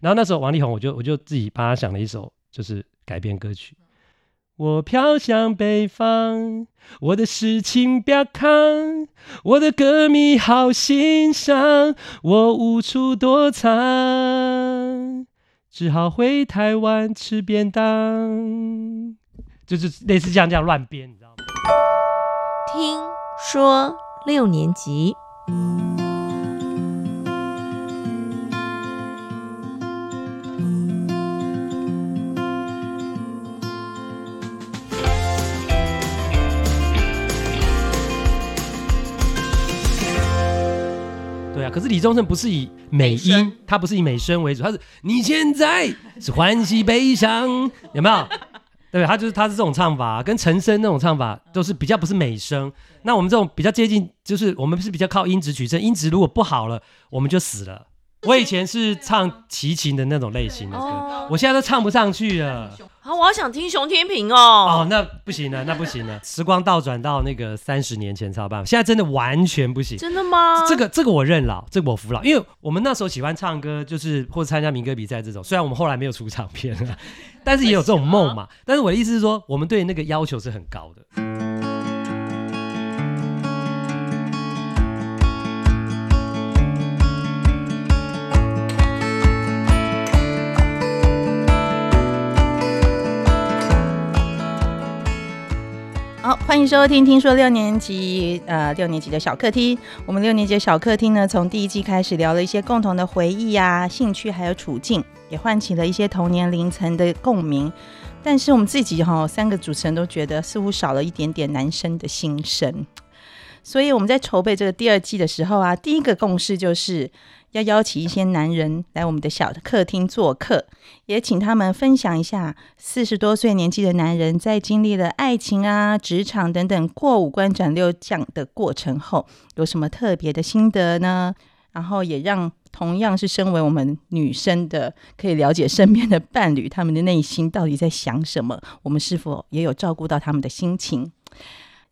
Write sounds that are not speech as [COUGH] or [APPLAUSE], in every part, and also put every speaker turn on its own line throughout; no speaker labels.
然后那时候王力宏，我就我就自己帮他想了一首就是改编歌曲。我飘向北方，我的事情不要扛，我的歌迷好欣赏，我无处躲藏，只好回台湾吃便当。就是类似这样这样乱编，你知道吗？
听说六年级，
对啊，可是李宗盛不是以美音，
声
他不是以美声为主，他是你现在是欢喜悲伤， [LAUGHS] 有没有？对，他就是他是这种唱法，啊跟陈升那种唱法都是比较不是美声。那我们这种比较接近，就是我们是比较靠音质取胜，音质如果不好了，我们就死了。我以前是唱齐秦的那种类型的歌，
哦，
我现在都唱不上去了。
好，我好想听熊天平哦。
哦，那不行了，那不行了，时光倒转到那个三十年前才有办法，现在真的完全不行。
真的
啊
吗？
这个这个我认老，这个我服老，因为我们那时候喜欢唱歌，就是或者参加民歌比赛这种。虽然我们后来没有出唱片了，但是也有这种梦嘛。但是我的意思是说，我们对那个要求是很高的。
好，欢迎收听《听说六年级》呃六年级的小客厅。我们六年级的小客厅呢，从第一季开始聊了一些共同的回忆啊、兴趣还有处境，也唤起了一些同年龄层的共鸣。但是我们自己哈、三个主持人都觉得似乎少了一点点男生的心声，所以我们在筹备这个第二季的时候啊，第一个共识就是要邀请一些男人来我们的小客厅做客，也请他们分享一下四十多岁年纪的男人，在经历了爱情啊、职场等等过五关斩六将的过程后，有什么特别的心得呢？然后也让同样是身为我们女生的，可以了解身边的伴侣他们的内心到底在想什么，我们是否也有照顾到他们的心情？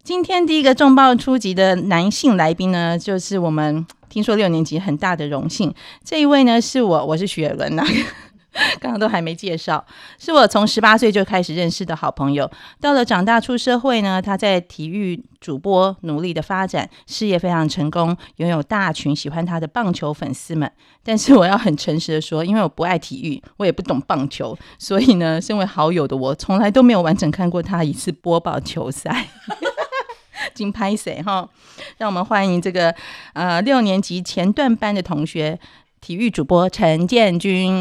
今天第一个重磅出击的男性来宾呢，就是我们听说六年级很大的荣幸，这一位呢是我，我是雪伦呐、 [LAUGHS] 刚刚都还没介绍，是我从十八岁就开始认识的好朋友。到了长大出社会呢，他在体育主播努力的发展，事业非常成功，拥有大群喜欢他的棒球粉丝们。但是我要很诚实的说，因为我不爱体育，我也不懂棒球，所以呢，身为好友的我，从来都没有完整看过他一次播报球赛。金拍谁哈？让我们欢迎这个呃六年级前段班的同学，体育主播陈建
哦
军。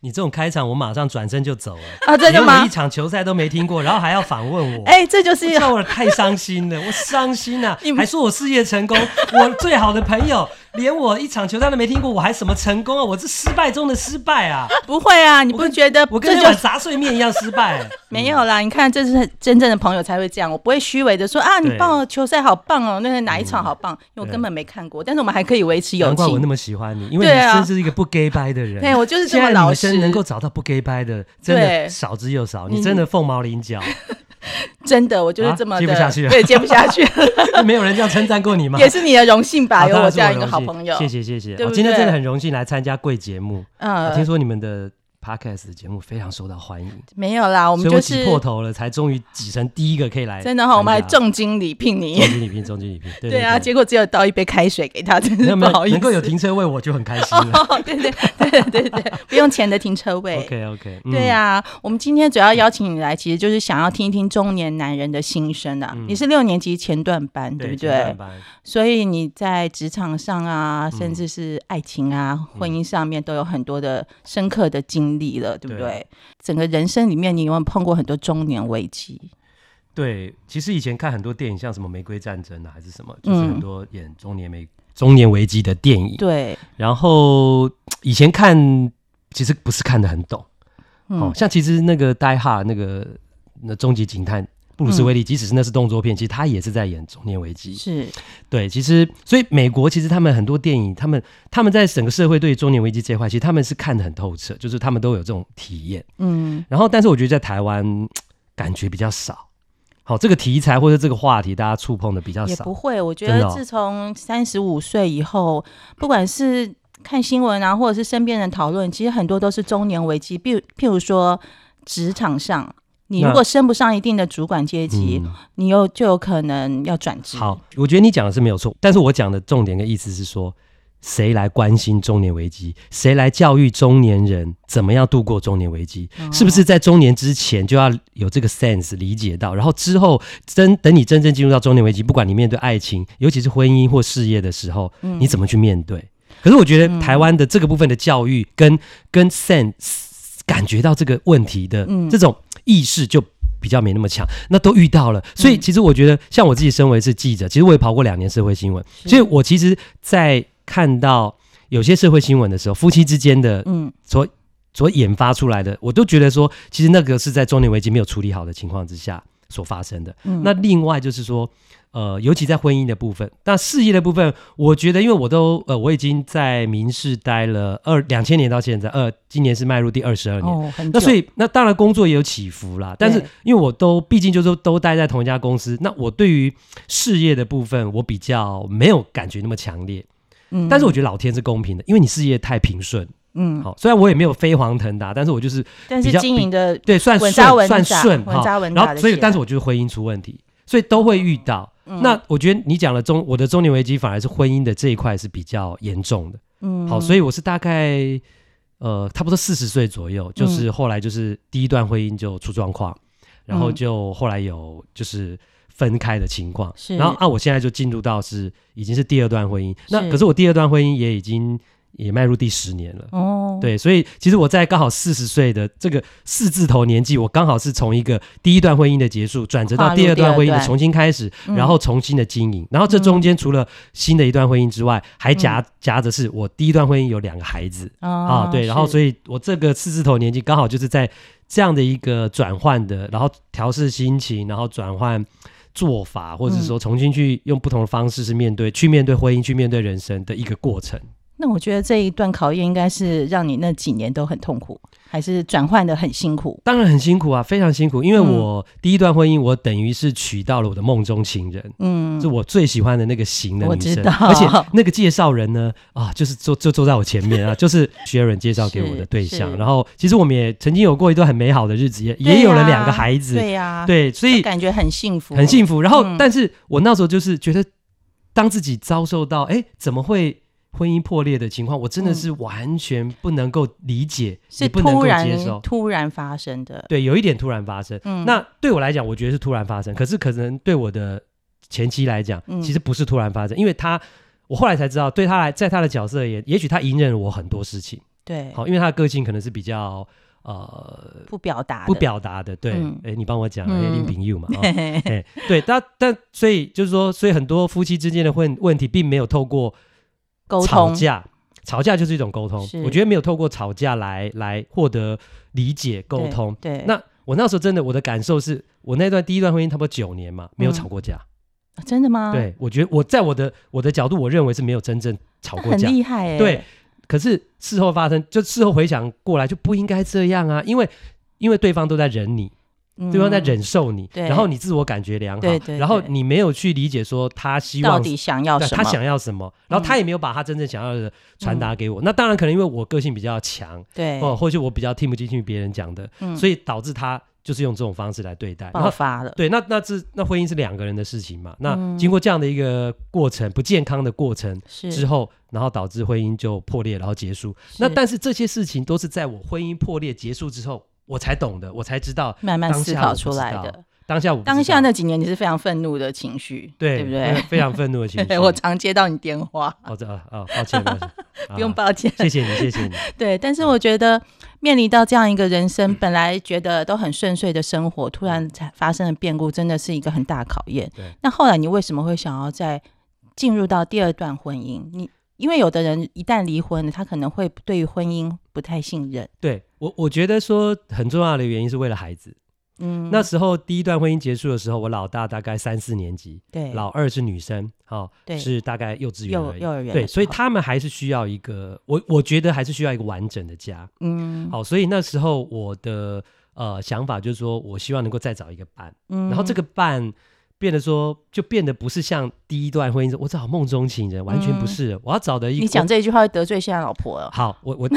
你这种开场，我马上转身就走了。
啊，真的
你连我
吗
一？场球赛都没听过，然后还要反问我。
哎、这就是
让我太伤心了，我伤心啊
你！们
还说我事业成功，我最好的朋友连我一场球赛都没听过，我还什么成功啊？我是失败中的失败啊！
不会啊，你不觉得
我跟嗯
这
那
就
碗杂碎面一样失败、
没有啦？你看，这是真正的朋友才会这样，我不会虚伪的说啊，你
对嗯
棒哦，球赛好棒哦，那个哪一场好棒，因为我
对
根本没看过，但是我们还可以维持友
难怪我那
情。
么喜欢你，因为
对
你
啊
真是一个不 gay 掰的人。
对，我就是这
现
么
在
老
女
实
生，能够找到不 gay 掰的，真
对嗯
的少之又少。你真的凤毛麟角， [LAUGHS]
真的，我就是
啊
这么的，
接不下去了
对，接不
[LAUGHS]
下去，
没有人这样称赞过你吗？
[LAUGHS] 也是你的荣幸吧，
啊
有
当然
我
是
这样一个
荣
好
幸
朋友。
谢谢谢谢。
对
我
不
今天真
对
的很荣幸来参加贵节目，我听
呃，
说你们的 podcast 的节目非常受到欢迎，
没有啦，我们
所以我
就
挤
是
破头了，才终于挤成第一个可以来参加。
真的哈，我们还重金礼聘
中
你。
金礼聘，中金礼聘，对
[LAUGHS] 对啊，
对
结果只有倒一杯开水给他，真
没
是
有
不
没
好
有
意思。
能够有停车位，我就很开心了。
[LAUGHS] 哦，对对对对
[LAUGHS]
对，不用钱的停车位。
OK OK，
[LAUGHS] 对啊，我们今天主要邀请你来，其实就是想要听一听中年男人的心声啊。
嗯
你是六年级前段班，对
对
不
前
对
半？班嗯
所以你在职场上啊，甚至是爱情啊、婚姻上面，都有很多的深刻的经历了，对不对？
对
整个人生里面，你有没有碰过很多中年危机？
对，其实以前看很多电影，像什么《玫瑰战争》啊，还是什么，就是
嗯
很多演中年危中年危机的电影。
对，
然后以前看，其实不是看得很懂。哦
嗯，，
像其实那个《Die Hard》那个那《终极警探》。布鲁斯
嗯
威利，即使是那是动作片，其实他也是在演中年危机。
是，
对，其实所以美国其实他们很多电影，他们他们在整个社会对于中年危机这一块，其实他们是看得很透彻，就是他们都有这种体验。
嗯，
然后，但是我觉得在台湾感觉比较少。好，这个题材或者这个话题，大家触碰的比较
也
少
不。会。我觉
真
得
的哦
自从三十五岁以后，不管是看新闻啊，或者是身边人讨论，其实很多都是中年危机。譬如譬如说职场上，你
那
如果升不上一定的主管阶级，
嗯
你又就有可能要转职。
好，我觉得你讲的是没有错，但是我讲的重点跟意思是说，谁来关心中年危机？谁来教育中年人怎么样度过中年危机？是不是在中年之前就要有这个 sense 理解到，然后之后真等你真正进入到中年危机，不管你面对爱情，尤其是婚姻或事业的时候，
嗯
你怎么去面对？可是我觉得台湾的这个部分的教育跟跟 sense 感觉到这个问题的
嗯
这种意识就比较没那么强，那都遇
嗯
到了，所以其实我觉得，像我自己身为是记者，其实我也跑过两年社会新闻，
嗯
所以我其实，在看到有些社会新闻的时候，夫妻之间的
嗯，
所所引发出来的，我都觉得说，其实那个是在中年危机没有处理好的情况之下所发生的。
嗯
那另外就是说，呃，尤其在婚姻的部分，那事业的部分，我觉得因为我都呃，我已经在民事待了二两千年到现在，二今年是迈入第二十二年。
哦，很
那
久
所以，那当然工作也有起伏啦。但是
对
因为我都毕竟就是都待在同一家公司，那我对于事业的部分，我比较没有感觉那么强烈。
嗯
但是我觉得老天是公平的，因为你事业太平顺，
嗯，
好，虽然我也没有飞黄腾达，但是我就是
但
比
是
较
经
比
营的
对算
稳
顺
扎稳
算
打
顺
稳扎稳打
然后
的嗯
所以
起来
但是我就是婚姻出问题，所以都会遇到。那我觉得你讲的中我的中年危机反而是婚姻的这一块是比较严重的。
嗯
好，所以我是大概呃差不多四十岁左右，
嗯
就是后来就是第一段婚姻就出状况，然后
嗯
就后来有就是分开的情况，
是
然后啊我现在就进入到是已经是第二段婚姻，那
是
可是我第二段婚姻也已经也迈入第十年了。
哦，
对，所以其实我在刚好四十岁的这个四字头年纪，我刚好是从一个第一段婚姻的结束，转折
跨
到
入
第二
第二
段婚姻的
段
重新开始，
嗯
然后重新的经营。然后这中间除了新的一段婚姻之外，还夹
嗯
夹着是我第一段婚姻有两个孩子
哦
啊，对，然后所
以
以我这个四字头年纪刚好就是在这样的一个转换的，然后调试心情，然后转换。做法，或者是
嗯
说重新去用不同的方式是面对，去面对婚姻，去面对人生的一个过程。
那我觉得这一段考验应该是让你那几年都很痛苦，还是转换的很辛苦？
当然很辛苦啊，非常辛苦。因为
嗯
我第一段婚姻，我等于是娶到了我的梦中情人，
嗯
是，我最喜欢的那个型的
我
女
知
生
道。
而且那个介绍人呢，啊，就是坐就坐在我前面啊，就是 Sharon 介绍给我的对
是
象。然后其实我们也曾经有过一段很美好的日子，也、也有了两个孩子，
对呀、
对所以
感觉很幸福，
很幸福。然后，
嗯
但是我那时候就是觉得，当自己遭受到哎怎么会婚姻破裂的情况，我真的
嗯
是完全不能够理解，
是
也不能
突
够
然
接受。
突然发生的。
对，有一点突然发生。
嗯
那对我来讲，我觉得是突然发生，可是可能对我的前妻来讲
嗯，
其实不是突然发生，因为她，我后来才知道，对她来，在她的角色也，也许她隐忍了我很多事情，
对，
好，因为她的个性可能是比较呃
不表达的，
不表达的，对，哎、
嗯
你帮我讲，
嗯
林炳佑
[LAUGHS]
嘛，哦
嘿嘿嘿
哎、对，但但所以就是说，所以很多夫妻之间的问问题，并没有透过
沟
吵
通
架，吵架就是一种沟通
是，
我觉得没有透过吵架来来获得理解沟
对
通，
对，
那我那时候真的我的感受是我那段第一段婚姻差不多九年嘛，没有吵过架。
真的吗？，
对我觉得我在我的我的角度，我认为是没有真正吵过
很
架。
厉害哎、
对，可是事后发生，就事后回想过来就不应该这样啊，因为因为对方都在忍你，
嗯
对方在忍受你，
对
然后你自我感觉良好，
对对
然后
对
你没有去理解说他希
到
望
底想要
对
什么？嗯
他想要什么，然后他也没有把他真正想要的传达给我。那当然可能因为我个性比较强，
对，
哦，或许我比较听不进去别人讲的，
嗯
所以导致他就是用这种方式来对待。然
爆
后
发了，
对，那那是那婚姻是两个人的事情嘛？
嗯
那经过这样的一个过程，不健康的过程
是
之后，然后导致婚姻就破裂，然后结束。那
是
但是这些事情都是在我婚姻破裂结束之后，我才懂的，我才知道
慢慢
当
思
下
考
我不
出
知
来
道
的。
当下我不知
当下
道
那几年你是非常愤怒的情绪，
对
对不
呃
对？
非常愤怒的情绪。
[LAUGHS] 我常接到你电话，
哦这啊啊，抱歉抱歉，
[LAUGHS] 不用
抱 [LAUGHS]
抱歉。
谢谢你谢谢你。
对，但是我觉得面临到这样一个人生，本来觉得都很顺遂的生活，突然才发生了变故，真的是一个很大考验
嗯对。
那后来你为什么会想要再进入到第二段婚姻？你因为有的人一旦离婚了，他可能会对于婚姻不太信任。
对我我觉得说很重要的原因是为了孩子。
嗯，
那时候第一段婚姻结束的时候，我老大大概三四年级，
对
老二是女生，哦
哎对，
是大概幼稚园
幼
而已
幼儿园
对，
的时
所以
候
他们还是需要一个，我我觉得还是需要一个完整的家。
嗯，
好，所以那时候我的呃想法就是说，我希望能够再找一个伴，
嗯
然后这个伴变得说，就变得不是像第一段婚姻说，我找梦中情人，完全不是了。我要找的一，
嗯你讲
我
这一句话会得罪现在老婆哦。
好，我我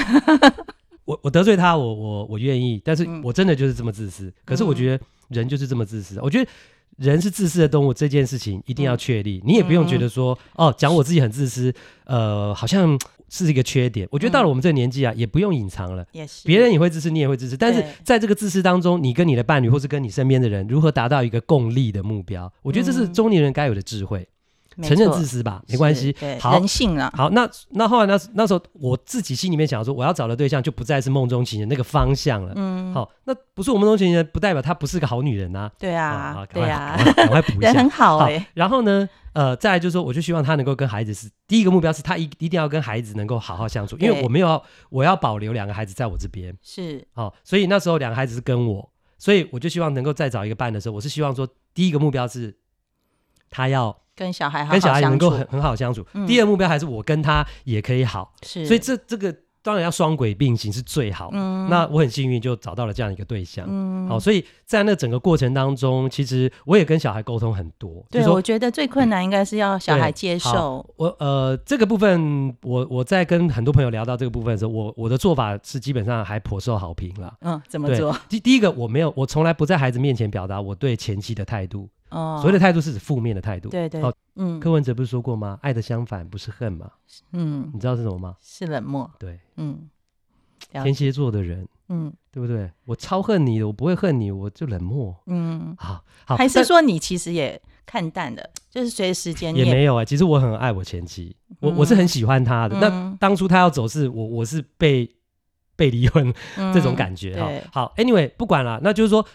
我我得罪他，我我我愿意，但是
嗯
我真的就是这么自私。可是我觉得人就是这么自私，啊我觉得。人是自私的动物，这件事情一定
嗯
要确立。你也不用觉得说，哦，讲我自己很自私，呃，好像是一个缺点。我觉得到了我们这个年纪啊，也不用隐藏了。
也嗯是，
别人也会支持，你也会支持，但是
对
在这个自私当中，你跟你的伴侣或是跟你身边的人如何达到一个共利的目标，我觉得这是
嗯
中年人该有的智慧。
没
承认
错
自私吧，没关系
是对。
好
人，
[LAUGHS]
性啦。
好，那那后来那那时候我自己心里面想说，我要找的对象就不再是梦中情人那个方向了。
嗯，
好，那不是我梦中情人，不代表她不是个好女人呐。
对
好
啊，
赶
对
快 [LAUGHS]
啊，
赶快赶快补一
人
下。
很好
好
哎，，
然后呢，呃，再来就是说，我就希望他能够跟孩子是第一个目标，是他一一定要跟孩子能够好好相处，因为
对
我没有要我要保留两个孩子在我这边。
是
哦，所以那时候两个孩子是跟我，所以我就希望能够再找一个伴的时候，我是希望说，第一个目标是他要
跟小孩好
跟小
好
孩能
相
够
处，
很很好相处，
嗯
第二目标还是我跟他也可以好，
是，
所以这这个当然要双轨并行是最好。
嗯
那我很幸运就找到了这样一个对象。
嗯
好，所以在那整个过程当中，其实我也跟小孩沟通很多，就
对，
是说
我觉得最困难应该是要小孩接受，
我呃，这个部分我我在跟很多朋友聊到这个部分的时候，我我的做法是基本上还颇受好评了。
嗯，怎么
对
做？
第第一个，我没有，我从来不在孩子面前表达我对前妻的态度。
哦，
所谓的态度是指负面的态度。
对对
好，
嗯
柯文哲不是说过吗？爱的相反不是恨嘛？
嗯，
你知道是什么吗？
是冷漠，
对，
嗯，了
天蝎座的人，
嗯
对不对？我超恨你的，我不会恨你，我就冷漠。
嗯，
好好，
还是
但
说你其实也看淡了，就是随着时间
也
你
没有哎、其实我很爱我前妻，我、我是很喜欢她的。
嗯
那当初她要走是我我是被被离婚这种感觉
嗯
哈
对。
好，anyway，不管了，那就是说，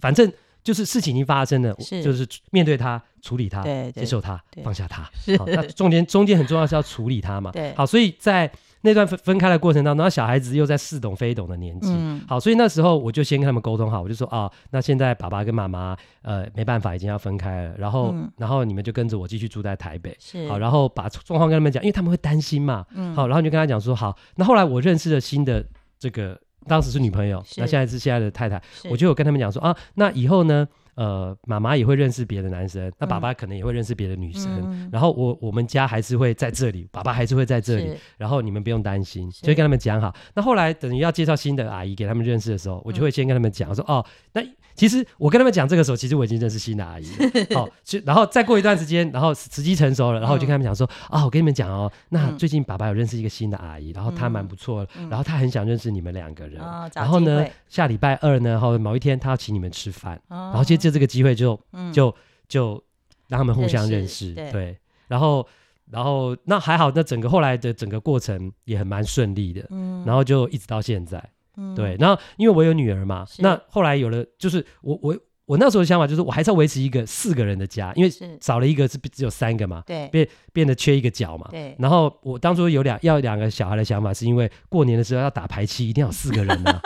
反正就是事情已经发生了，我
是
就是面对它、处理它、
对对
啊接受它、
对
放下它。
是
好，那中间中间很重要是要处理它嘛。
对
好，所以在那段分分开的过程当中，那小孩子又在似懂非懂的年纪。
嗯
好，所以那时候我就先跟他们沟通好，我就说啊，那现在爸爸跟妈妈呃没办法，已经要分开了，然后、
嗯
然后你们就跟着我继续住在台北，
是
好，然后把状况跟他们讲，因为他们会担心嘛，
嗯
好，然后你就跟他讲说好，那后来我认识了新的这个，当时是女朋友，
是
那现在是现在的太太，
是
我就有跟他们讲说啊，那以后呢，呃，妈妈也会认识别的男生，那爸爸可能也会认识别的女生，
嗯
然后我我们家还是会在这里，爸爸还是会在这里，
是
然后你们不用担心，
是
就会跟他们讲好。那后来等于要介绍新的阿姨给他们认识的时候，我就会
嗯
先跟他们讲说、哦，那其实我跟他们讲这个时候，其实我已经认识新的阿姨
[LAUGHS]
了，好、就然后再过一段时间，然后时机成熟了，然后我就跟他们讲说啊、我跟你们讲哦，那
嗯
最近爸爸有认识一个新的阿姨，然后她蛮不错的，
嗯
然后她很想认识你们两个人，
哦找
然后呢
机会，
下礼拜二呢，后某一天她要请你们吃饭，
然
然后借借这个机会就
哦嗯
就就让他们互相认
认
识，
识对
对，然后然后那还好，那整个后来的整个过程也很蛮顺利的，
嗯
然后就一直到现在，
嗯
对，然后因为我有女儿嘛，
是
那后来有了就是我我我那时候的想法就是我还是要维持一个四个人的家，因为
是
少了一个是只有三个嘛，
对
变变得缺一个角嘛，
对
然后我当初有两要两个小孩的想法，是因为过年的时候要打排期，一定要有四个人
[LAUGHS]
啊。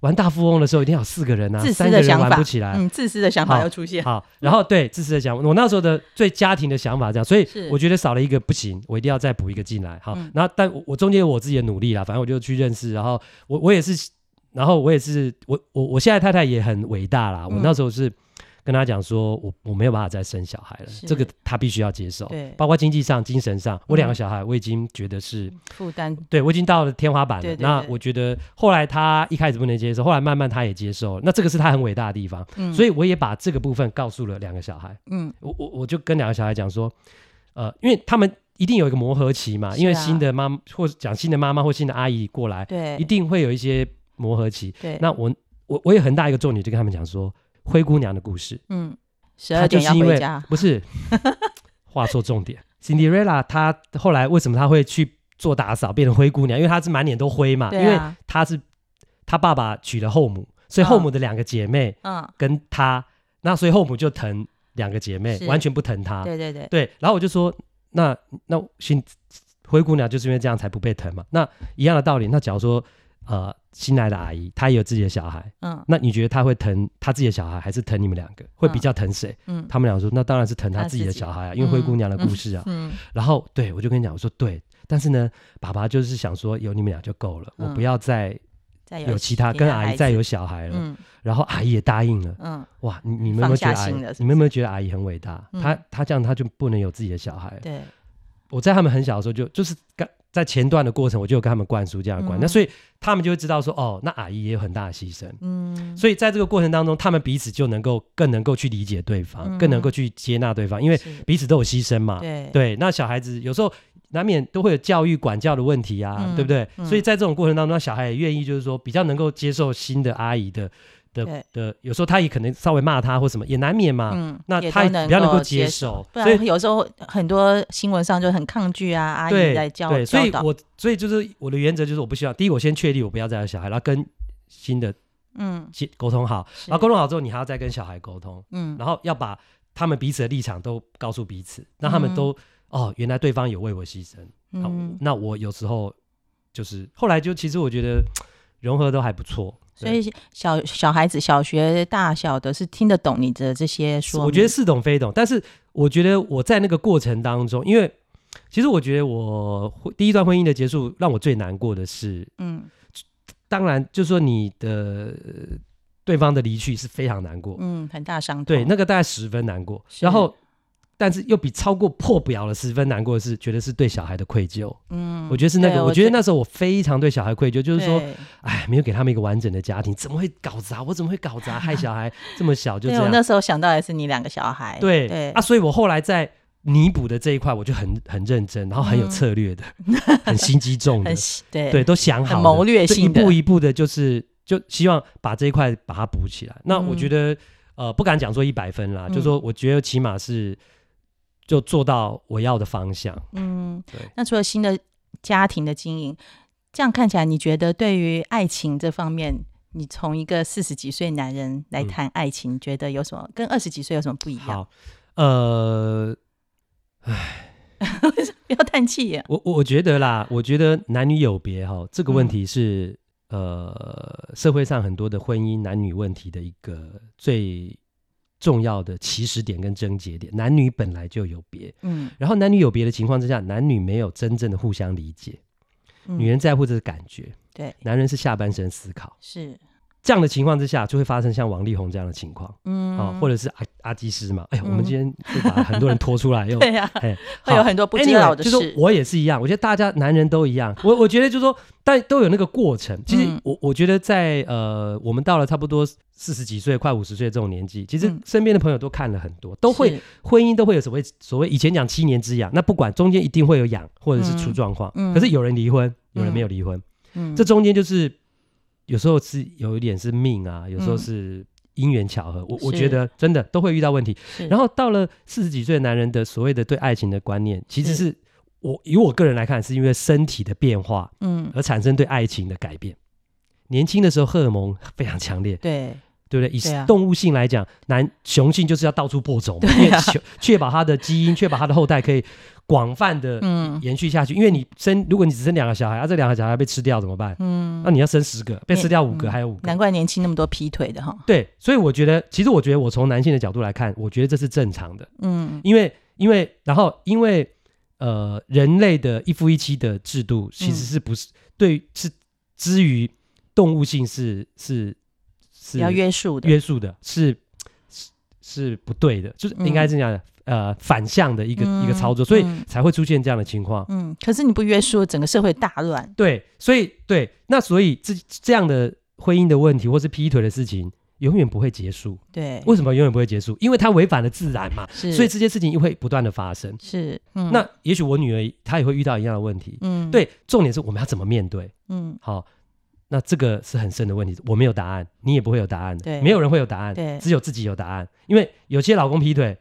玩大富翁的时候一定要有四个人啊，
自
三个
私的
人
想
玩
法
不起来。
嗯，自私的想法
好
又出现，
好，然后对支持的想法，我那时候的最家庭的想法这样，所以
是
我觉得少了一个不行，我一定要再补一个进来。好，
嗯
然后但我我中间有我自己的努力啦，反正我就去认识，然后我我也是，然后我也是我我我现在太太也很伟大啦，我
嗯
那时候是。跟她讲说，我我没有办法再生小孩了，
是
这个她必须要接受
对，嗯
包括经济上、精神上，我两个小孩我已经觉得是，
负担
对我已经到了天花板了。
嗯对对
那
对
我觉得后来她一开始不能接受，后来慢慢她也接受了，那这个是她很伟大的地方。
嗯
所以我也把这个部分告诉了两个小孩，
嗯
我我我就跟两个小孩讲说，呃，因为他们一定有一个磨合期嘛，
是啊
因为新的妈或者讲新的妈妈或新的阿姨过来，
对
一定会有一些磨合期。
对
那我我我也很大一个重点就跟他们讲说，灰姑娘的故事，
嗯十
她
二
就
点
是
要
因
回
为啊
家
不
[LAUGHS]
是，话说重点，Cinderella 她后来为什么她会去做打扫变成灰姑娘？因为她是满脸都灰嘛，
对
因为
啊
她是她爸爸娶了后母，所以后母的两个姐妹。
嗯
跟她，那所以后母就疼两个姐妹，
是
完全不疼她。
对对对
对然后我就说，那那新灰姑娘就是因为这样才不被疼嘛。那一样的道理，那假如说呃新来的阿姨她也有自己的小孩，
嗯
那你觉得她会疼她自己的小孩，还是疼你们两个？会比较疼谁？
嗯
他们俩说，那当然是疼她
她
自己的
自己
小孩啊，因为灰姑娘的故事啊。
嗯
然后对我就跟你讲，我说对，但是呢，爸爸就是想说有你们俩就够了，我
嗯
不要再
再
有其他跟阿姨再有小孩了，
嗯
然后阿姨也答应了。
嗯，
哇，你你们有没有觉得
放
阿
下
姨
心了是不是
你们有没有觉得阿姨很伟大？
嗯
她她这样她就不能有自己的小孩了。
对，
我在他们很小的时候就就是刚在前段的过程，我就有跟他们灌输这样的观念，
嗯
那所以他们就会知道说，哦，那阿姨也有很大的牺牲。
嗯，
所以在这个过程当中，他们彼此就能够更能够去理解对方，
嗯
更能够去接纳对方，因为
是
彼此都有牺牲嘛。
对
对，那小孩子有时候难免都会有教育管教的问题啊，
嗯
对不对？
嗯
所以在这种过程当中，小孩也愿意就是说比较能够接受新的阿姨的的
对
的，有时候他也可能稍微骂他或什么，也难免嘛。
嗯，
啊那
也
他
都
也比较能够
接
接受，
不
所以
然有时候很多新闻上就很抗拒啊，阿姨在教
对，所
教
以
导，
我所以就是我的原则就是我不希望，第一我先确立我不要再有小孩，然后跟新的
嗯，
接沟通好，
是
然后沟通好之后，你还要再跟小孩沟通，
嗯，
然后要把他们彼此的立场都告诉彼此，让他们都、哦，原来对方有为我牺牲，好
嗯，
那我有时候就是后来就其实我觉得融合都还不错，
所
对
以小小孩子小学大小的是听得懂你的这些说明，
我觉得是懂非懂，但是我觉得我在那个过程当中，因为其实我觉得我婚第一段婚姻的结束让我最难过的是。
嗯
当然，就说你的呃对方的离去是非常难过，
嗯很大伤痛，
对，那个大概十分难过。
是
然后，但是又比超过破不了了十分难过的是，觉得是对小孩的愧疚。
嗯，
我觉得是那
对
个，我
我
觉得
觉
那时候我非常对小孩愧疚，就是说，
对
哎，没有给他们一个完整的家庭，怎么会搞砸？我怎么会搞
[LAUGHS]
砸？害小孩这么小就这
对我
样
那？时候想到也是你两个小孩，
对
对
啊，，所以我后来在。弥补的这一块，我就很很认真，然后很有
嗯
策略
[LAUGHS]
的，很心机重的
很，细对
嗯对，都想好了，
很谋略
这一
性的，
步一步的，就是就希望把这一块把它补起来。那我觉得、呃，不敢讲说一百分啦，
嗯
就说我觉得起码是就做到我要的方向。
嗯
对，
那除了新的家庭的经营，这样看起来，你觉得对于爱情这方面，你从一个四十几岁男人来
嗯
谈爱情，你觉得有什么跟二十几岁有什么不一样？
好，呃，
[LAUGHS] 不要叹气耶，
我我觉得啦，我觉得男女有别哈，这个
嗯
问题是、呃社会上很多的婚姻男女问题的一个最重要的起始点跟症结点。男女本来就有别，
嗯，
然后男女有别的情况之下，男女没有真正的互相理解。
嗯
女人在乎这个感觉，
对
男人是下半身思考。
是，
这样的情况之下，就会发生像王力宏这样的情况啊、
嗯，
或者是阿阿基师嘛。哎呀，
嗯
我们今天就把很多人拖出来，
[LAUGHS]
又
对呀、
哎，
会有
好
很多不知
anyway，
道的
就
事，
是我也是一样，我觉得大家男人都一样。我我觉得就是说，但都有那个过程。其实
嗯
我我觉得在呃，我们到了差不多四十几岁、快五十岁这种年纪，其实
嗯
身边的朋友都看了很多，都会
是，
婚姻都会有所谓所谓以前讲七年之痒，那不管中间一定会有痒或者是出
嗯
状况，
嗯
可是有人离婚，有人没有离婚，
嗯，
这中间就是有时候是有一点是命啊，有时候
嗯
是因缘巧合。我我
是
觉得真的都会遇到问题。
是
然后到了四十几岁的男人的所谓的对爱情的观念，其
嗯
实是我以我个人来看，是因为身体的变化
嗯，
而产生对爱情的改变。年轻的时候荷尔蒙非常强烈，
对，
对不对？以
对啊
动物性来讲，男雄性就是要到处播种嘛，
对
因
啊
为确 [LAUGHS] 确保它的基因，确保它的后代可以广泛的
嗯
延续下去。因为你生，如果你只生两个小孩，啊，这两个小孩被吃掉怎么办？
嗯，
那你要生十个，被吃掉五个，
嗯
还有五个
难。怪年轻那么多劈腿的哈，
对，所以我觉得，其实我觉得，我从男性的角度来看，我觉得这是正常的，
嗯
因为，因为，然后，因为，呃，人类的一夫一妻的制度其
嗯
实是不是、对是之于动物性是是是
比较约束的，
约束的，是是是不对的，就是应该
嗯
这样的，呃，反向的一个、一个
嗯
操作，所以
嗯
才会出现这样的情况。
嗯，可是你不约束，整个社会大乱，
对，所以对，那所以这这样的婚姻的问题或是劈腿的事情，永远不会结束。
对，
为什么永远不会结束？因为它违反了自然嘛，
是，
所以这件事情又会不断的发生。
是，嗯，
那也许我女儿她也会遇到一样的问题。
嗯，
对，重点是我们要怎么面对。
嗯，
好，那这个是很深的问题，我没有答案，你也不会有答案的，
对
没有人会有答案，
对
只有自己有答案。因为有些老公劈腿，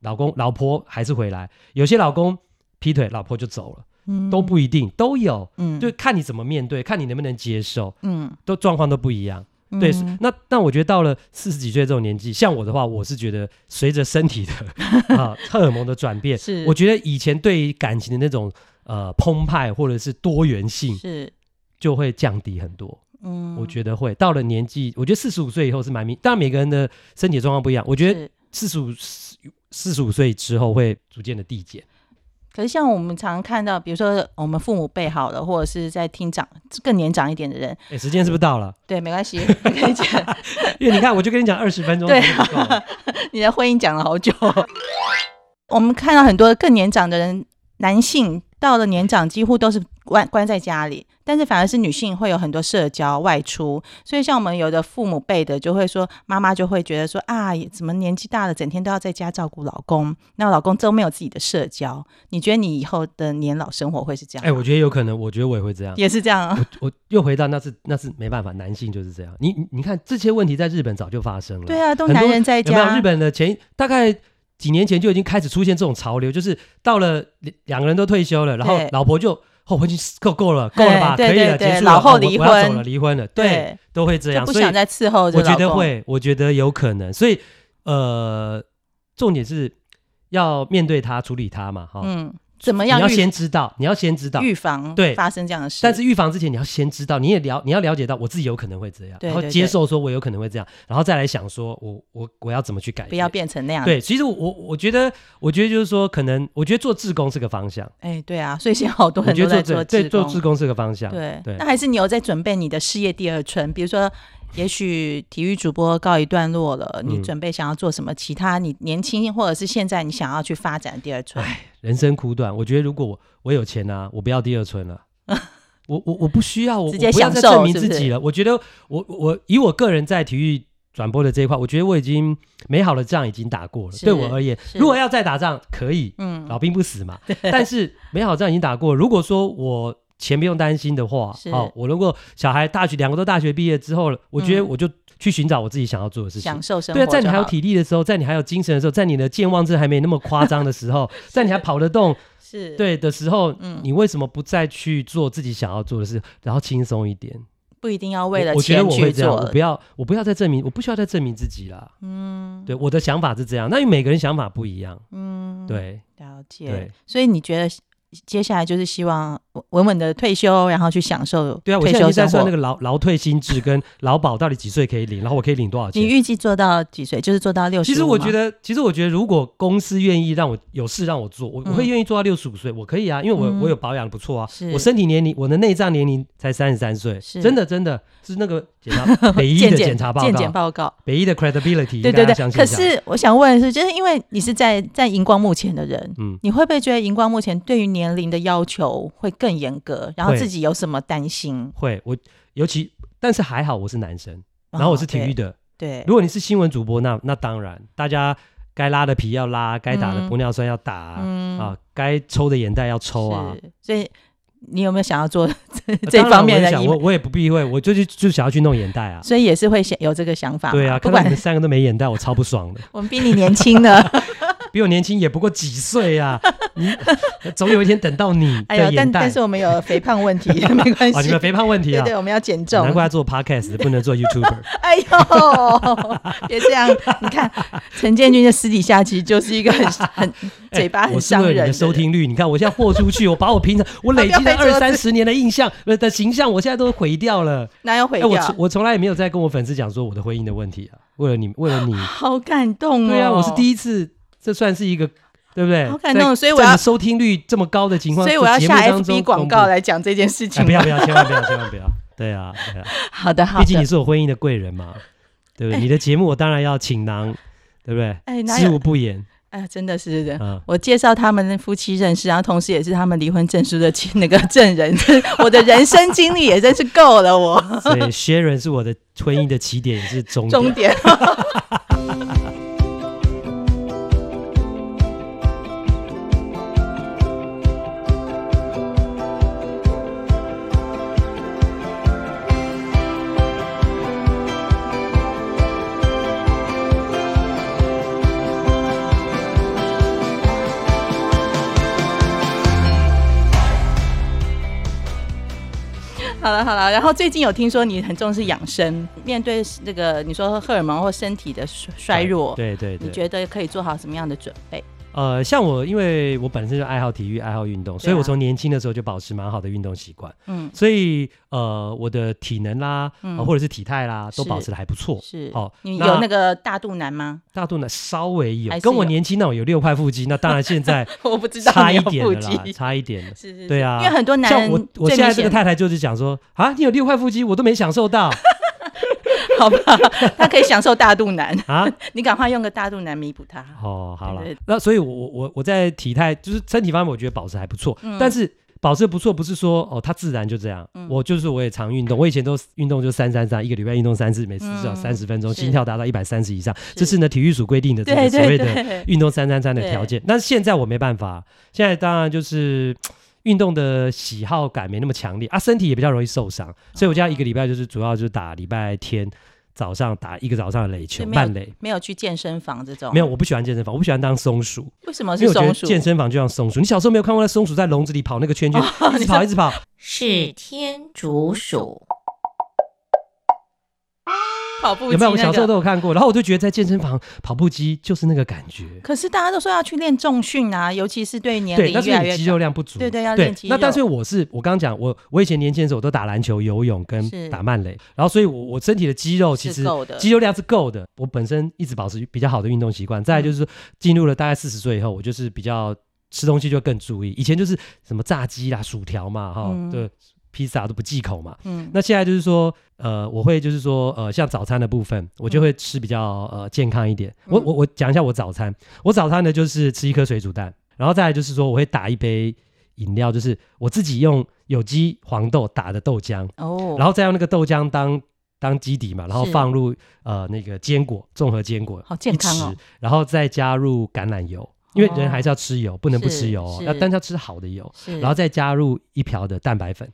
老公老婆还是回来；有些老公劈腿，老婆就走了，
嗯
都，不一定，都有。
嗯，
就看你怎么面对，看你能不能接受，
嗯，
都状况都不一样。对，是
嗯
那那我觉得到了四十几岁这种年纪，像我的话，我是觉得随着身体
[LAUGHS]
的啊荷尔蒙的转变，
是，
我觉得以前对于感情的那种呃澎湃或者是多元性
是，
就会降低很多。
嗯，
我觉得会到了年纪，我觉得四十五岁以后是蛮明，当然每个人的身体状况不一样，我觉得
是
四十五四十五岁之后会逐渐的递减。
可是像我们常看到，比如说我们父母辈好了，或者是在听长更年长一点的人，
哎，时间是不是到了？
对，没关系， [LAUGHS] 你可以讲。
因为你看，我就跟你讲二十分钟，
对
还不够
[LAUGHS] 啊，你的婚姻讲了好久。我们看到很多更年长的人，男性到了年长几乎都是关关在家里，但是反而是女性会有很多社交外出。所以像我们有的父母辈的就会说，妈妈就会觉得说啊，怎么年纪大了，整天都要在家照顾老公，那老公都没有自己的社交。你觉得你以后的年老生活会是这样吗？
哎，我觉得有可能，我觉得我也会这样。
也是这样啊。
我又回到那是那是没办法，男性就是这样。你你你看这些问题在日本早就发生了，
对啊，都
很多
男人在
有没有
家，
日本的前大概几年前就已经开始出现这种潮流，就是到了两两个人都退休了，然后
对
老婆就哦，我已经够够了，够了吧，
对
可以了，
对对
结束了，
老后
哦我
离
我要走
婚
了，离婚了，对，
对，
都会这
就
样，
不
所以
想再伺候着
我
老
觉
公。
得会，我觉得有可能，所以呃，重点是要面对他，处理他嘛，哈、
嗯，怎么
你
样
要
预
先知道，你要先知道。
预防
对
发生这样的事？
但是预防之前，你要先知道，你也了，你要了解到我自己有可能会这样，
对
然后
对对
接受说我有可能会这样，然后再来想说我我我要怎么去改变，
不要变成那样。，
对，其实我我我觉得，我觉得就是说，可能我觉得做志工是个方向，
哎，对啊，所以现在好多
我
人
觉
都在
得
做
做
志
对
工
做志工是个方向。
对
对
那还是你有在准备你的事业第二春，比如说，也许体育主播告一段落了，你
嗯
准备想要做什么？其他你年轻或者是现在你想要去发展的第二春，
人生苦短，我觉得如果我我有钱啊，我不要第二春
[LAUGHS]
了。我我我不需要，我
直接
我不要
享
再
受
证明
是
自
不是
己了。我觉得我我以我个人在体育转播的这一块，我觉得我已经美好的仗已经打过了。对我
是
而言，
是
如果要再打仗，可以，
嗯，
老兵不死嘛。 [LAUGHS] 但是美好仗已经打过了，如果说我钱不用担心的话
是，
哦，我如果小孩大学两个都大学毕业之后了，我觉得
嗯
我就去寻找我自己想要做的事情
享。受生活
对啊，
就好
在
了。
你还有体力的时候，在你还有精神的时候，在你的健忘症还没那么夸张的时
[LAUGHS]
候，在你还跑得动
是，
对的时候，
嗯
你为什么不再去做自己想要做的事，然后轻松一点？
不一定要为
我
了
我觉得
钱
我
去
会这样，我
做
不。要，我不要再证明，我不需要再证明自己啦。
嗯，
对，我的想法是这样，那因为每个人想法不一样，
嗯，，
对
了解
对。
所以你觉得接下来就是希望稳稳的退休，然后去享受
对啊。我
退
现在已
休
经在
生
算那个
活。
劳劳退薪制跟劳保到底几岁可以领，然后我可以领多少
你
钱。
预计做到几岁？就是做到六十。
其实我觉得，其实我觉得，如果公司愿意让我有事让我做，我我会
嗯
愿意做到六十五岁，我可以啊，因为我、
嗯
我有保养得不错啊
是，
我身体年龄，我的内脏年龄才三十三岁，
是
真的真的是那
[LAUGHS]
个检查北医
健
的
检
检查报
健检
告，
报告。
北医的 credibility，
对
大
对
家
对
相，信
可
一下
是我想问的是，就是因为你是在在荧光幕前的人，
嗯
你会不会觉得荧光幕前对于年龄的要求会更严格？然后
会
自己有什么担心？
会我尤其，但是还好我是男生，然
哦
后我是体育
的，
的，
对，
如果你是新闻主播，那那当然大家。该拉的皮要拉，该打的
嗯
玻尿酸要打啊，
嗯
啊该抽的眼袋要抽啊。
是，所以你有没有想要做 [LAUGHS] 这
呃
这
当然
方面
我也
的
想
医
我
美？
我也不避讳，我就去就想要去弄眼袋啊。
所以也是会想有这个想法嘛，
对啊，
不
看到你
管
们三个都没眼袋，我超不爽的。
我们比你年
[LAUGHS]
轻呢，
比我年轻也不过几岁啊，你总有一天等到你
哎呦
的，眼
但
袋。
但是我们有肥胖
[LAUGHS]
问题，没关
啊，你
系
们，肥胖问题
对
啊，
对，我们要减重
难。怪要做 podcast 不能做 YouTuber。
哎呦，别这样！你看陈建军的私底下其实就是一个很
[LAUGHS]
很 [LAUGHS] 嘴巴
哎我
很
是
伤
为了
人
你的收听率，你看我现在豁出去，我把我平常我累积了
啊不要拍
二
桌子
三十年的印象呃的形象，我现在都毁掉了。
哪有毁
哎，我
掉？
从我从来也没有在跟我粉丝讲说我的婚姻的问题啊，为了你，为
[LAUGHS]
了你，
好感动哦！
对啊，我是
一，
第一次，这算是一个对不对？
好感动
在
所以我
在
要
你收听率这么高的情况，
所以我要
在节目
下
当中
FB 广
公布
告来讲这件事
哎
情
不
吗。
要不要，千万不要，千万不要。对啊，对啊，
好的，好
毕竟你
的。
是我婚姻的贵人嘛，对不对？你的节目我当然要请囊，对不对？
哎，哪
知
有
无？不
[LAUGHS]
言
哎呀，真的是的。
啊！
我介绍他们夫妻认识，然后同时也是他们离婚证书的那个证人。 [LAUGHS] 我的人生经历也真是够了，我
所以 Sharon 是我的婚姻的起点，也是终
终
点。
点。好了好了，然后最近有听说你很重视养生，面对那个你说荷尔蒙或身体的衰衰弱，
对对
你
对，
觉得可以做好什么样的准备？
呃，像我，因为我本身就爱好体育、爱好运动，所以
对啊
我从年轻的时候就保持蛮好的运动习惯，
嗯，
所以呃，我的体能啦，
嗯
呃或者是体态啦，都
是
保持的还不错。
是。
哦
你
那
有那个大肚腩吗？ [LAUGHS]
大肚腩稍微有
还，是
跟我
有
年轻那种有六块腹肌，那当然现
[LAUGHS]
在
我不知道
差一
你有
点
腹
了啦， [LAUGHS]
肌，
差一点了。
是是是
对啊
因为很多男
像
人
我，我
最
现在
明
这个
显
太太就是讲说啊，你有六块腹肌，我都没享受到
[LAUGHS] 好吧，他可以享受大肚腩， [LAUGHS]
啊。
你赶快用个大肚腩弥补他。
哦，好了
对对，
那所以我，我我我在体态就是身体方面，我觉得保持还不错，
嗯
但是。保持得不错，不是说哦，它自然就这样。
嗯
我就是我也常运动，我以前都是运动就三三三，一个礼拜运动三次，每次至少
嗯
三十分钟，
是
心跳达到一百三十以上，这是呢体育署规定的这
对
个所
对
谓的
对，
运动三三三的条件。但是现在我没办法，现在当然就是嘖运动的喜好感没那么强烈啊，身体也比较容易受伤，所以
哦
我家一个礼拜就是主要就是打礼拜天早上打一个早上的垒球
就没有
半垒。
没有去健身房这种，
没有，我不喜欢健身房，我不喜欢当松鼠。
为什么
因为
哦是
我觉
松
得
鼠？
健身房就像松鼠，你小时候没有看过那松鼠在笼子里跑那个圈圈，
哦
一直跑一直
[LAUGHS]
跑，
是天竺鼠，
跑步
有没有？我
机那
小时候
个
都有看过，然后我就觉得在健身房跑步机就是那个感觉。
可是大家都说要去练重训啊，尤其是对年
对，
龄
那是
越
因
来
为
越
你肌肉
高
量不足。
对对要练肌肉
那但是我是我刚刚讲，我我以前年轻的时候我都打篮球、游泳跟
是
打慢垒，然后所以我我身体的肌肉其
是
实
够的
肌肉量是够的。我本身一直保持比较好的运动习惯，再来就是
嗯
说进入了大概四十岁以后，我就是比较吃东西就更注意。以前就是什么炸鸡啦、薯条嘛，哈
嗯，
对，披萨都不忌口嘛。
嗯，
那现在就是说，呃，我会就是说，呃，像早餐的部分，我就会吃比较呃健康一点。
嗯
我我我讲一下我早餐，我早餐呢就是吃一颗水煮蛋，然后再来就是说我会打一杯饮料，就是我自己用有机黄豆打的豆浆，
哦，
然后再用那个豆浆当当基底嘛，然后
是
放入呃那个坚果综合坚果，
好健康哦
一匙，然后再加入橄榄油，因为人还是要吃油，不能不
是
吃油、哦，
是
要但是要吃好的油，
是，哦
然后再加入一瓢的蛋白粉。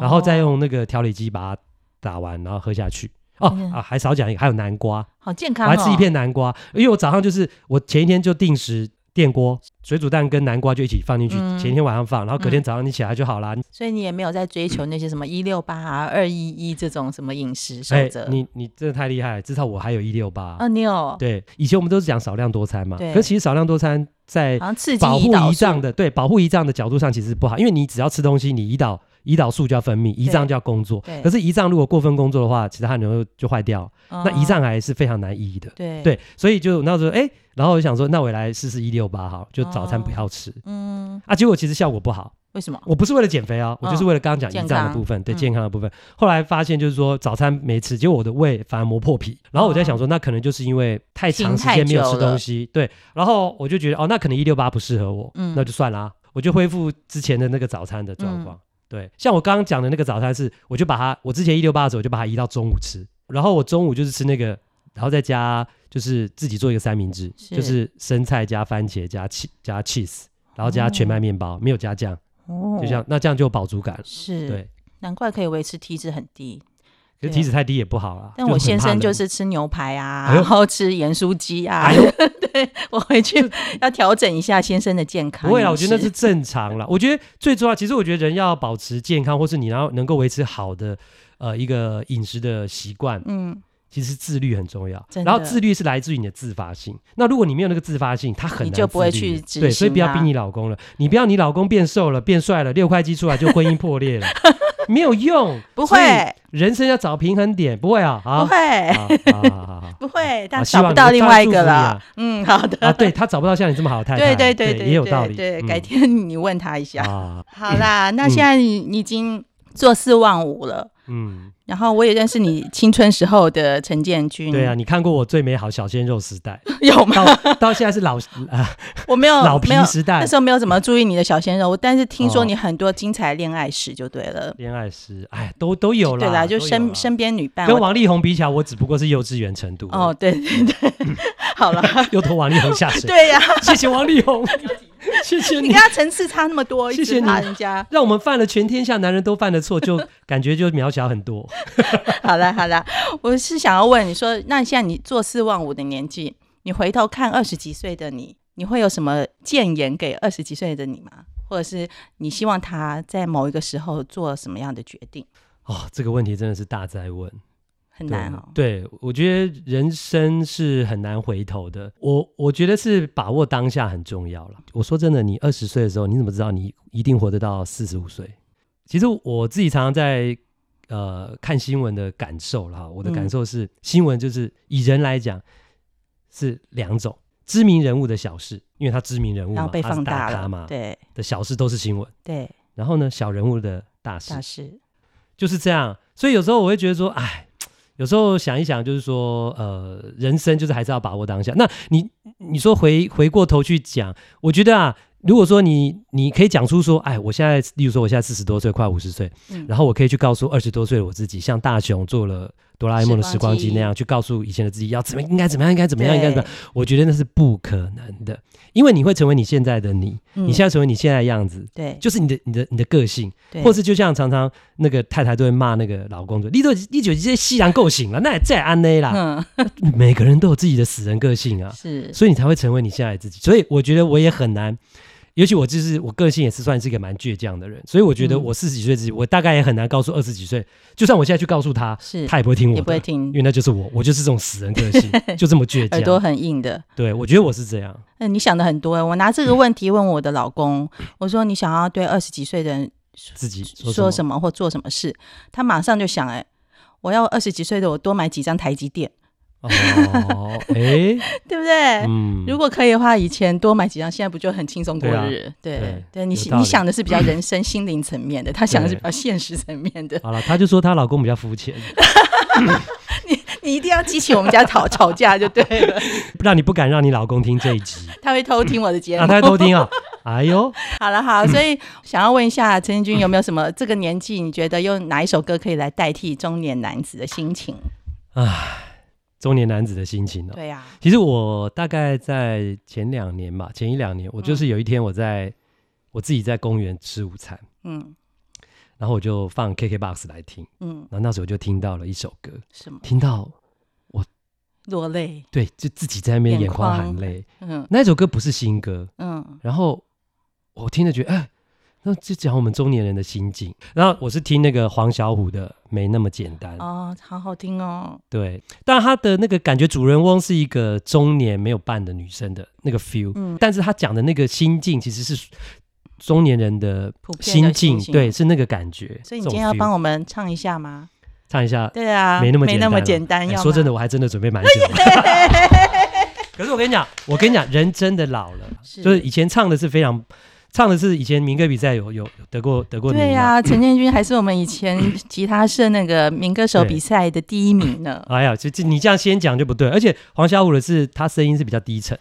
然后再用那个调理机把它打完，然后喝下去。哦
嗯
啊，还少讲一个，还有南瓜，
好健
我
康、哦，
还吃一片南瓜，因为我早上就是我前一天就定时电锅水煮蛋跟南瓜就一起放进去，
嗯
前一天晚上放，然后隔天早上你起来就好啦。你
所以你也没有在追求那些什么一六八啊、二一一这种什么饮食守
哎
则。，
你你真的太厉害了，至少我还有一六八。
哦，你有
对，以前我们都是讲少量多餐嘛，
对
可是其实少量多餐在
好像刺激
保护
胰岛
胰
素，
脏的对保护胰脏的角度上其实不好，因为你只要吃东西，你胰岛胰岛素就要分泌，胰脏就要工作
对。
可是胰脏如果过分工作的话，其实它能够就坏掉。
那
那胰脏癌是非常难医的。
哦嗯对，
对，所以就那时候哎，然后我就想说，那我也来试试一六八好了，就早餐不要吃、
嗯，
啊。结果其实效果不好，
为什么？嗯
我不是为了减肥啊，我就是为了刚刚讲
健
胰脏
康
的部分，对
嗯
健康的部分。后来发现就是说早餐没吃，结果我的胃反而磨破皮。然后我在
嗯
想说，那可能就是因为太长时间没有吃东西，对。然后我就觉得哦，那可能一六八不适合我，
嗯
那就算啦，我就恢复之前的那个早餐的状况。对，像我刚刚讲的那个早餐是，我就把它，我之前一六八的时候我就把它移到中午吃，然后我中午就是吃那个，然后再加就是自己做一个三明治，
是
就是生菜加番茄加 che 加 cheese，然后加全麦面包，没有加酱。
哦
就像那这样就有饱足感了。
是，
对，
难怪可以维持体脂很低。
可
对
是
啊
体脂太低也不好啦。
但我
很
先
怕
生
冷
就是吃牛排啊，
哎呦
然后吃盐酥鸡啊。
哎呦
[LAUGHS] 对我
[LAUGHS]
回去要调整一下先生的健康饮食。
不会啦，我觉得那是正常啦。我觉得最重要，其实我觉得人要保持健康，或是你要能够维持好的呃一个饮食的习惯，
嗯，
其实自律很重要。
真的
然后自律是来自于你的自发性。那如果你没有那个自发性，他很难
你就不会
自律的
去执
对，所以
行啊
不要
它
逼你老公了，你不要你老公变瘦了、变帅了，六块肌出来就婚姻破
[LAUGHS]
裂了，没有用。
不
所以
会，
人生要找平衡点，不会啊，好
不会，
好好好好好
不会，但
好哦希
找
望
不
你
到
我
另
当然
外一
祝
个
福你
了
啊。
嗯，好 [LAUGHS] 的。
啊，对他找不到像你这么好的太
对
太，
对对对，
也有道理，
对，
嗯
改天你问他一下。
啊，
好啦，那
嗯
现在你你已经做四万五了。
嗯，
然后我也认识你青春时候的陈建军，
对啊，，你看过我最美好小鲜肉时代，
[LAUGHS] 有吗？
到到现在是老啊
我没有，
老皮
没有，
时
那
代
时，候没有怎么注意你的小鲜肉，但是听说
哦
你很多精彩恋爱史就对了。
恋爱时，哎，都都有啦，
对啦，就
都有
身
啦
身边女伴
跟
我
王力宏比起来，我只不过是幼稚园程度
哦，
哦，
对对对， [LAUGHS] 好了，
又拖王力宏
[LAUGHS]
下水，
对呀、啊
谢谢王力
[LAUGHS]
宏，谢谢
你
你
跟。他层次差那么多，一
谢
直
谢
怕
你
人家。
让我们犯了全天下男人都犯的错，就感觉就渺小很多。
[LAUGHS] 好了好了，我是想要问你说，那现在你做四万五的年纪，你回头看二十几岁的你，你会有什么建言给二十几岁的你吗？或者是你希望他在某一个时候做什么样的决定？
哦，这个问题真的是大灾问。
很难哦。
对，我觉得人生是很难回头的。我我觉得是把握当下很重要了。我说真的，你二十岁的时候，你怎么知道你一定活得到四十五岁？其实我自己常常在呃看新闻的感受啦，我的
嗯
感受是，新闻就是以人来讲是两种，知名人物的小事，因为他知名人物
然
嘛，
后被
他是
放
大
了，
咖嘛，
对
的小事都是新闻。
对，
然后呢，小人物的大事
大事
就是这样。所以有时候我会觉得说，哎，有时候想一想，就是说，呃，人生就是还是要把握当下。那你你说回回过头去讲，我觉得啊，如果说你你可以讲出说，哎，我现在，例如说我现在四十多岁，快五十岁，
嗯
然后我可以去告诉二十多岁的我自己，像大雄做了哆啦 A 梦的时光机那样，去告诉以前的自己要怎么应该怎么样，应该怎么样，应该怎么样。
对
我觉得那是不可能的，因为你会成为你现在的你，
嗯
你现在成为你现在的样子，
对，
就是你的你的你的个性。
对
或是就像常常那个太太都会骂那个老公说：“你都你就这些西然够醒了，那也再安内啦。
嗯
每个人都有自己的死人个性啊，
是
所以你才会成为你现在的自己。所以我觉得我也很难，尤其我就是我个性也是算是一个蛮倔强的人，所以我觉得
嗯
我四十几岁自己，我大概也很难告诉二十几岁，就算我现在去告诉他，
是，
他也不会听我
也
的，
不会
因
听，
为那就是我，我就是这种死人个
[LAUGHS]
性，就这么倔
耳朵
强。
很硬的。
对，我觉得我是这样。
嗯，你想的很多欸。我拿这个问题问我的老公，我说你想要对二十几岁的人
自己说
说
什
什么或做什么事，他马上就想，哎，我要二十几岁的我多买几张台积电， [LAUGHS]
么？哦，哎，
对不对？
嗯，
如果可以的话，以前多买几张，现在不就很轻松过
对啊
日？对
对
你
有
想
道
你
理
想的是比较人
[LAUGHS]
生心灵层面的，他想的是
对
比较现实层面的。 [LAUGHS]
好了，她就说她老公比较肤浅。
你一定要激起我们家吵吵架就对
[LAUGHS]
了，
让你不敢让你老公听这一集，
他会偷听我的节目。
啊，他在偷听啊！哎呦，
[LAUGHS] 好了好，所以想要问一下陈建军有没有什么这个年纪，你觉得用哪一首歌可以来代替中年男子的心情？
嗯中年男子的心情哦。
对呀、啊
其实我大概在前两年吧，前一两年，我就是有一天我在、我自己在公园吃午餐，
嗯
然后我就放 KKBOX 来听，
嗯，
然后那时候就听到了一首歌，
什么
听到
落泪？
对，就自己在那边
眼
眼眶
眶
含泪。
嗯
那首歌不是新歌，
嗯，
然后我听了觉得，哎，那就讲我们中年人的心境。然后我是听那个黄小琥的《没那么简单》
哦，好好听哦。
对，但他的那个感觉，主人翁是一个中年没有伴的女生的那个 feel，、
嗯
但是他讲的那个心境其实是中年人的
普遍
心
的
境，
心境
对，是那个感觉。
所以你今天要帮
我
我们唱一下吗？
唱一下，
对啊，
没那么
没那么简单，
哎
要
说真
吗
的，我还真的准备蛮久了。
[LAUGHS]
可是我跟你讲，我跟你讲，人真的老了，
是
就是以前唱的是非常，唱的是以前民歌比赛有有有得过得过名、
对呀、陈建军还是我们以前吉他社那个民歌手
对
比赛的第一名
[LAUGHS]
呢。
哎呀，这这你这样先讲就不对，而且黄小琥的是她声音是比较低沉，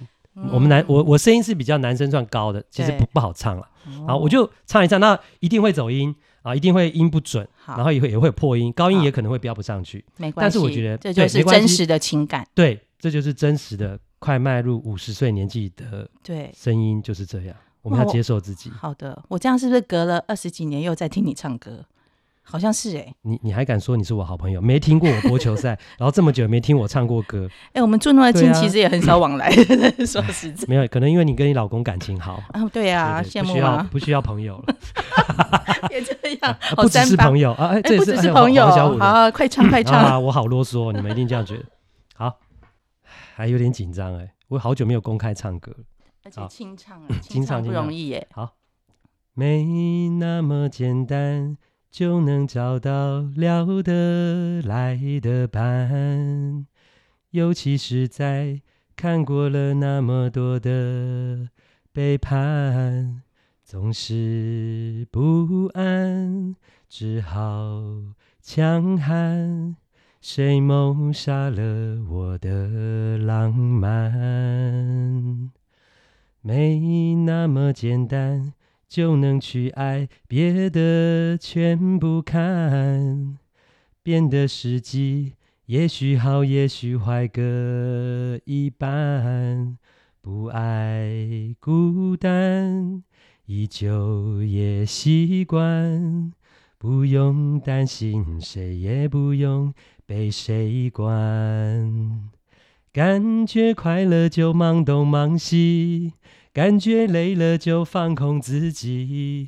我们
嗯
男
哦
我我声音是比较男生算高的，其实不
对
不好唱了。
嗯，
好，我就唱一唱，那一定会走音啊，一定会音不准，
好
然后也会也会有破音，高音
好
也可能会飙不上去。
没关
但
系，
是我觉得
这
对
就
没
是
关
真
系
实的情感。
对，这就是真实的快迈入五十岁年纪的
对，
声音就是这样，我
哇
们要
哎我
接受自己。
好的，我这样是不是隔了二十几年又在听你唱歌？好像是哎、
你你还敢说你是我好朋友？没听过我播球赛，然后这么久没听我唱过歌，
哎、我们住那么
对
近，
啊
其实也很少往来。 [LAUGHS] 说
[LAUGHS]
实在，
没有，可能因为你跟你老公感情好。
啊，对啊， [LAUGHS]
对对
羡
不
慕
需要
吗？
不需要朋友了，
也这样，
啊
好
不只
三
是
八
朋。友 [LAUGHS] 啊，哎，
哎、
这也
不只
哎
是
呀
朋友，
黄小琥的
好，快唱快唱。
啊，我好啰嗦，你们一定这样觉得。好，还有点紧张哎，我好久没有公开唱歌了。
而且
好
清唱啊，
清唱
不
清唱
容
[LAUGHS]
易耶。
没那么简单就能找到聊得来的伴，尤其是在看过了那么多的背叛，总是不安，只好强悍。谁谋杀了我的浪漫？没那么简单。就能去爱，别的全不看。变得实际，也许好，也许坏各一半。不爱孤单，依旧也习惯。不用担心，谁也不用被谁管。感觉快乐就忙东忙西，感觉累了就放空自己，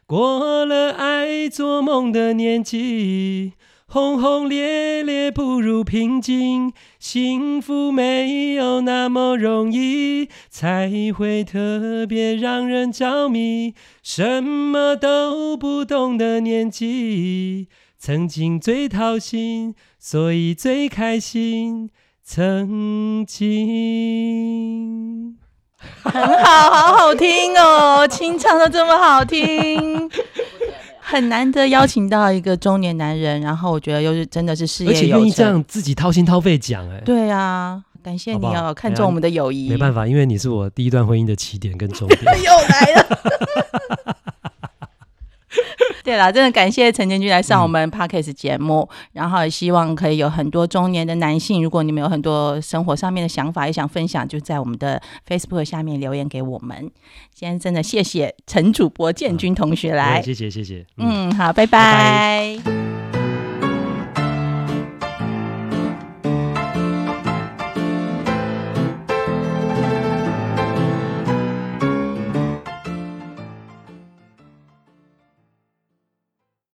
过了爱做梦的年纪，轰轰烈烈不如平静，幸福没有那么容易，才会特别让人着迷。什么都不懂的年纪，曾经最掏心，所以最开心。曾经。
很好，好好听 [LAUGHS] 哦，清唱的这么好听， [LAUGHS] 很难得邀请到一个中年男人，然后我觉得又是真的是事
而且
业
愿
有
意这
成，
样自己掏心掏肺讲、哎，
对啊，感谢你
好不
哦，
好
看中我们的友谊，
没办
法，
法，因为你是我第一段婚姻的起点跟终点。
又来了。 [LAUGHS] 对啦，真的感谢陈建军来上我们 podcast 节目，然后也希望可以有很多中年的男性，如果你们有很多生活上面的想法也想分享，就在我们的 Facebook 下面留言给我们。今天 [LAUGHS] 真的谢谢陈主播建军同学来，
谢谢谢谢，嗯
嗯，好，拜
拜
拜